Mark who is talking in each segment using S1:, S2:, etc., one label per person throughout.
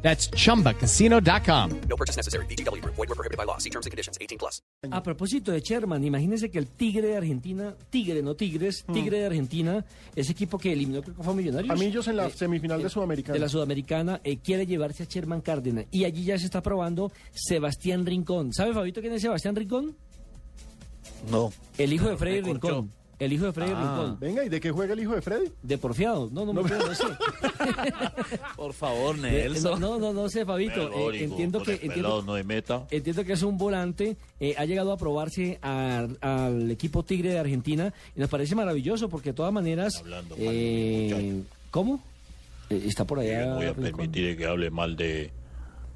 S1: That's chumbacasino.com.
S2: No purchase necessary. BGW. Void were prohibited by law. See terms and conditions. 18 plus.
S3: A propósito de Sherman, imagínense que el Tigre de Argentina, Tigre, no Tigres, Tigre de Argentina, ese equipo que eliminó, creo que fue Millonarios.
S4: Amillos en la
S3: eh,
S4: semifinal de Sudamericana.
S3: de la Sudamericana, eh, quiere llevarse a Sherman Cárdenas. Y allí ya se está probando Sebastián Rincón. ¿Sabe, Fabito, quién es Sebastián Rincón?
S5: No.
S3: El hijo de Freddy Rincón. El hijo de Freddy Rincón.
S4: Venga, ¿y de qué juega el hijo de Freddy?
S3: De porfiado. No, no, me acuerdo, no sé.
S5: Por favor,
S3: Eh, No,
S5: Nelson.
S3: no, no, no sé, Fabito. Eh, entiendo que... Entiendo,
S5: no es meta.
S3: Entiendo que es un volante, eh, ha llegado a probarse a- al equipo Tigre de Argentina y nos parece maravilloso porque de todas maneras...
S5: Hablando mal
S3: eh,
S5: de mi muchacho.
S3: ¿Cómo? Eh, está por
S5: Yo
S3: allá.
S5: no voy a
S3: Rincón.
S5: permitir que hable mal de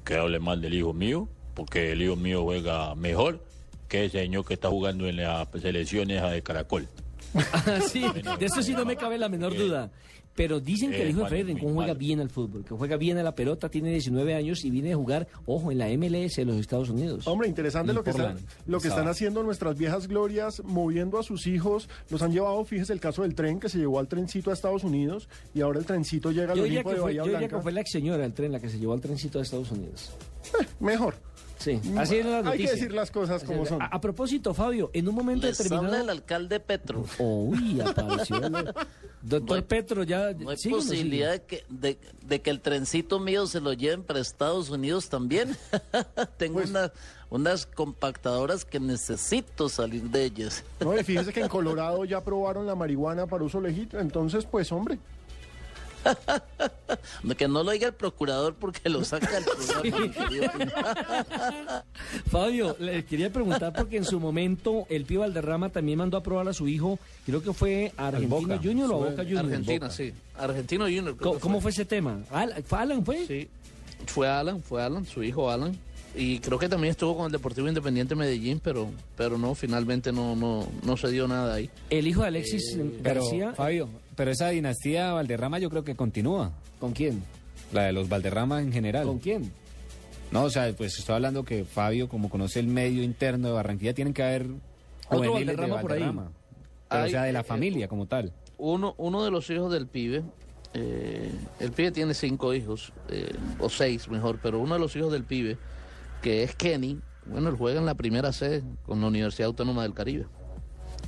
S5: que hable mal del hijo mío, porque el hijo mío juega mejor que ese señor que está jugando en la selección esa de Caracol.
S3: Ah, sí, de eso sí no me cabe la menor duda. Pero dicen que el hijo de
S5: Eh,
S3: Freddy
S5: Juan,
S3: Rincón
S5: muy
S3: juega
S5: mal.
S3: bien al fútbol, que juega bien a la pelota, tiene 19 años y viene a jugar, ojo, en la MLS de los Estados Unidos.
S4: Hombre, interesante
S3: Y
S4: lo que, están,
S3: Portland.
S4: lo que están
S5: Estaba.
S4: haciendo nuestras viejas glorias, moviendo a sus hijos. Los han llevado, fíjese el caso del tren que se llevó al trencito a Estados Unidos y ahora el trencito llega al
S3: Yo diría,
S4: Olimpo
S3: que
S4: de
S3: fue,
S4: Bahía
S3: yo diría que
S4: Blanca.
S3: fue la ex señora del tren la que se llevó al trencito de Estados Unidos.
S4: Mejor.
S3: Sí, así es la
S4: Mm, Hay
S3: noticia.
S4: que decir las cosas como son.
S3: A, a propósito, Fabio, en un momento
S6: Les habla el
S3: determinado.
S6: alcalde Petro.
S3: Uy, apareció. el- Doctor Petro, ya.
S6: No hay
S3: ¿sigue o no sigue?
S6: posibilidad de que, de, de que el trencito mío se lo lleven para Estados Unidos también. Tengo
S3: Pues-
S6: una- unas compactadoras que necesito salir de ellas.
S4: No, y fíjese que en Colorado ya probaron la marihuana para uso legítimo. Entonces, pues, hombre,
S6: Que no lo diga el procurador porque lo saca el programa.
S3: Fabio, le quería preguntar porque en su momento el Pío Valderrama también mandó a probar a su hijo, creo que fue a Argentino Junior o a Boca Junior.
S7: Argentina, sí. Argentino Junior. creo
S3: ¿Cómo,
S7: que
S3: cómo fue ese tema? ¿Al- ¿Fue Alan? ¿Fue?
S7: Sí. Fue Alan, fue Alan, su hijo Alan. Y creo que también estuvo con el Deportivo Independiente Medellín, pero, pero no, finalmente no, no, no se dio nada ahí.
S3: El hijo de Alexis
S8: Pero,
S7: eh,
S3: García.
S8: Fabio, pero esa dinastía Valderrama yo creo que continúa.
S3: ¿Con quién?
S8: La de los Valderrama en general.
S3: ¿Con quién?
S8: No, o sea, pues estoy hablando que Fabio, como conoce el medio interno de Barranquilla, tienen que haber juveniles
S7: Valderrama
S8: de
S7: por ahí.
S8: Valderrama. Pero, o
S7: Hay,
S8: sea, de
S7: eh,
S8: la familia como tal.
S7: Uno, uno de los hijos del pibe, eh, el pibe tiene cinco hijos, eh, o seis mejor, pero uno de los hijos del pibe, que es Kenny, bueno, él juega en la primera sede con la Universidad Autónoma del Caribe.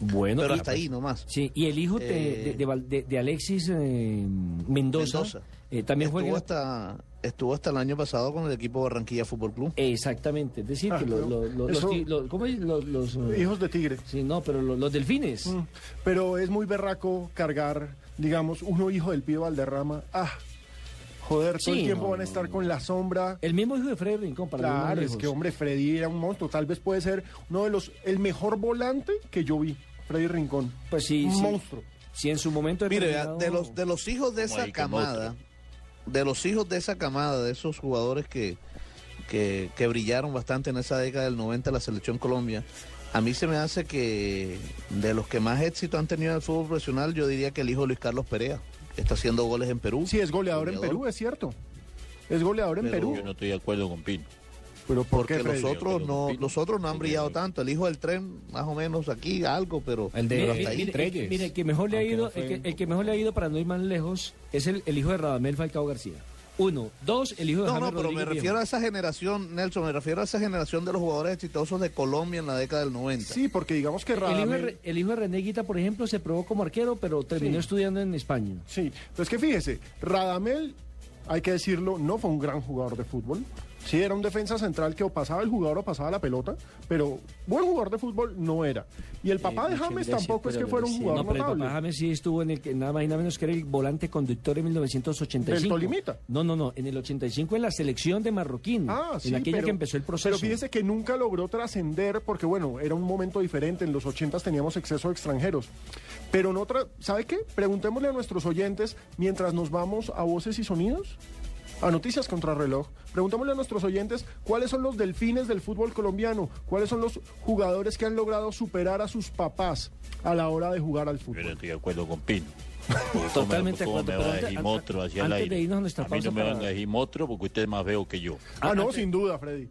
S3: Bueno,
S7: pero
S3: y- pues,
S7: hasta ahí nomás.
S3: Sí, y el hijo de,
S7: Eh,
S3: de- de Val- de- de Alexis eh, Mendoza,
S7: Mendoza.
S3: eh, también juega. en
S7: estuvo
S3: la-
S7: hasta, estuvo hasta el año pasado con el equipo Barranquilla Fútbol Club.
S3: Exactamente, es decir,
S4: Ah,
S3: que lo-
S4: pero
S3: lo- lo-
S4: eso-
S3: los, ti- lo- ¿cómo es? Los- los, eh,
S4: hijos de tigre.
S3: Sí, no, pero lo- los, delfines.
S4: Mm, Pero es muy berraco cargar, digamos, uno hijo del pibe Valderrama. Ah, joder, todo
S3: Sí,
S4: el tiempo
S3: no,
S4: van a
S3: no,
S4: estar con la sombra.
S3: El mismo hijo de Freddy Rincón, para los
S4: Claro,
S3: más
S4: es que
S3: lejos.
S4: hombre, Freddy era un monstruo. Tal vez puede ser uno de los, el mejor volante que yo vi, Freddy Rincón.
S3: Pues sí,
S4: un
S3: sí.
S4: monstruo.
S3: Si en su momento
S7: Mire, vea,
S3: determinado-
S7: de los, de los hijos de
S5: Como
S7: esa
S5: ahí quemó otra.
S7: camada, de los hijos de esa camada, de esos jugadores que, que, que brillaron bastante en esa década del 90 la selección Colombia, a mí se me hace que de los que más éxito han tenido en el fútbol profesional, yo diría que el hijo de Luis Carlos Perea que está haciendo goles en Perú.
S4: Sí, es goleador en Perú, es cierto. Es goleador en
S7: Pero-
S4: Perú.
S5: Yo no estoy de acuerdo con Pino.
S4: Pero ¿por qué,
S7: Porque
S4: Freddy?
S7: los otros,
S5: Pero
S7: no,
S5: Pino,
S7: los otros no han
S5: porque-
S7: brillado tanto. El hijo del tren, más o menos aquí, algo, pero. eh,
S8: El de
S7: pero
S8: los
S7: hasta ahí.
S3: eh, mire, el, que-
S8: Treyes.
S3: mire, el que mejor le ha
S8: Aunque
S3: ido,
S8: no fue-
S3: el, que, el que mejor le ha ido para no ir más lejos es el, el hijo de Radamel Falcao García. Uno, dos, el hijo de
S7: No,
S3: James
S7: no, pero me
S3: Rodríguez Viejo.
S7: refiero a esa generación, Nelson, me refiero a esa generación de los jugadores exitosos de Colombia en la década del 90.
S4: Sí, porque digamos que
S3: El hijo, de,
S4: Radamel...
S3: Re- el hijo de René Guita, por ejemplo, se probó como arquero, pero terminó
S4: Sí.
S3: estudiando en España.
S4: Sí, pero es que fíjese, Radamel, hay que decirlo, no fue un gran jugador de fútbol. Sí, era un defensa central que o pasaba el jugador o pasaba la pelota, pero buen jugador de fútbol no era. Y el papá
S3: Eh,
S4: de
S3: Muchas
S4: James
S3: gracias,
S4: tampoco es
S3: pero
S4: que fuera un
S3: sí.
S4: jugador
S3: No, pero el
S4: notable.
S3: papá James sí estuvo en el que nada más y nada menos que era el volante conductor en 1985.
S4: ¿Del Tolimita?
S3: No, no, no. En el 85 en la selección de Marroquín.
S4: Ah, sí,
S3: En aquella
S4: pero-
S3: que empezó el proceso.
S4: Pero fíjese que nunca logró trascender porque, bueno, era un momento diferente. En los 80 teníamos exceso de extranjeros. Pero en otra, ¿sabe qué? Preguntémosle a nuestros oyentes mientras nos vamos a Voces y Sonidos. a Noticias Contrarreloj. Preguntémosle a nuestros oyentes cuáles son los delfines del fútbol colombiano, cuáles son los jugadores que han logrado superar a sus papás a la hora de jugar al
S5: Yo no
S4: fútbol.
S5: estoy de acuerdo con Pino.
S3: Totalmente de
S5: ¿Cómo
S3: acuerdo,
S5: me
S3: pero
S5: va a
S3: antes-
S5: decir monstruo hacia el
S3: antes de
S5: aire?
S3: irnos a nuestra
S5: a mí
S3: pausa
S5: no me
S3: para-
S5: van a decir monstruo porque usted es más veo que yo.
S4: Ah, no, sin duda, Freddy.